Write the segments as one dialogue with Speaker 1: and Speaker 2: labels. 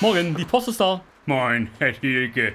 Speaker 1: Morgen, die Post ist da.
Speaker 2: Moin, Herr Thielke.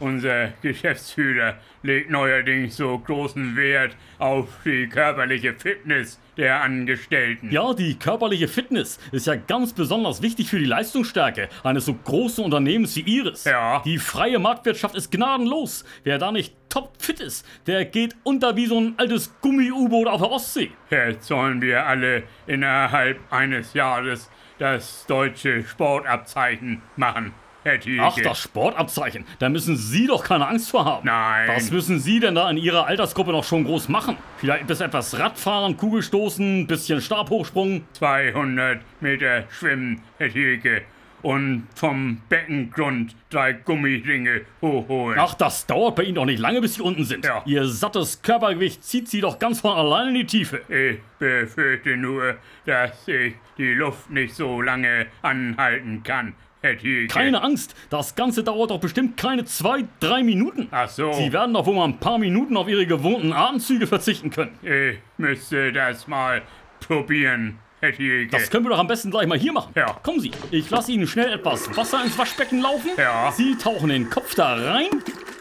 Speaker 2: Unser Geschäftsführer legt neuerdings so großen Wert auf die körperliche Fitness der Angestellten.
Speaker 1: Ja, die körperliche Fitness ist ja ganz besonders wichtig für die Leistungsstärke eines so großen Unternehmens wie Ihres.
Speaker 2: Ja.
Speaker 1: Die freie Marktwirtschaft ist gnadenlos. Wer da nicht topfit ist, der geht unter wie so ein altes Gummi-U-Boot auf der Ostsee.
Speaker 2: Jetzt sollen wir alle innerhalb eines Jahres das deutsche Sportabzeichen machen, Herr Thielke.
Speaker 1: Ach, das Sportabzeichen. Da müssen Sie doch keine Angst vor haben.
Speaker 2: Nein.
Speaker 1: Was müssen Sie denn da in Ihrer Altersgruppe noch schon groß machen? Vielleicht bis etwas Radfahren, Kugelstoßen, ein bisschen Stabhochsprung.
Speaker 2: 200 Meter schwimmen, Herr Thielke. Und vom Beckengrund drei Gummiringe hochholen.
Speaker 1: Ach, das dauert bei Ihnen doch nicht lange, bis Sie unten sind.
Speaker 2: Ja.
Speaker 1: Ihr sattes Körpergewicht zieht Sie doch ganz von allein in die Tiefe.
Speaker 2: Ich befürchte nur, dass ich die Luft nicht so lange anhalten kann, Herr Thielke.
Speaker 1: Keine Angst, das Ganze dauert doch bestimmt keine zwei, drei Minuten.
Speaker 2: Ach so,
Speaker 1: Sie werden doch wohl mal ein paar Minuten auf Ihre gewohnten Atemzüge verzichten können.
Speaker 2: ich müsste das mal probieren, Herr Thielke.
Speaker 1: Das können wir doch am besten gleich mal hier machen.
Speaker 2: Ja.
Speaker 1: Kommen Sie, ich lasse Ihnen schnell etwas Wasser ins Waschbecken laufen.
Speaker 2: Ja.
Speaker 1: Sie tauchen den Kopf da rein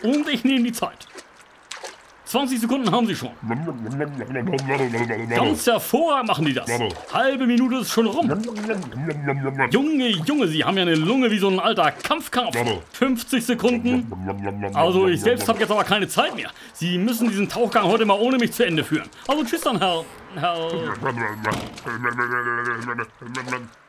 Speaker 1: und ich nehme die Zeit. 20 Sekunden haben Sie schon. Ganz hervorragend machen die das. Halbe Minute ist schon rum. Junge, Junge, Sie haben ja eine Lunge wie so ein alter Kampfkampf. 50 Sekunden. Also ich selbst habe jetzt aber keine Zeit mehr. Sie müssen diesen Tauchgang heute mal ohne mich zu Ende führen. Also tschüss dann, Herr... Herr...
Speaker 3: habe.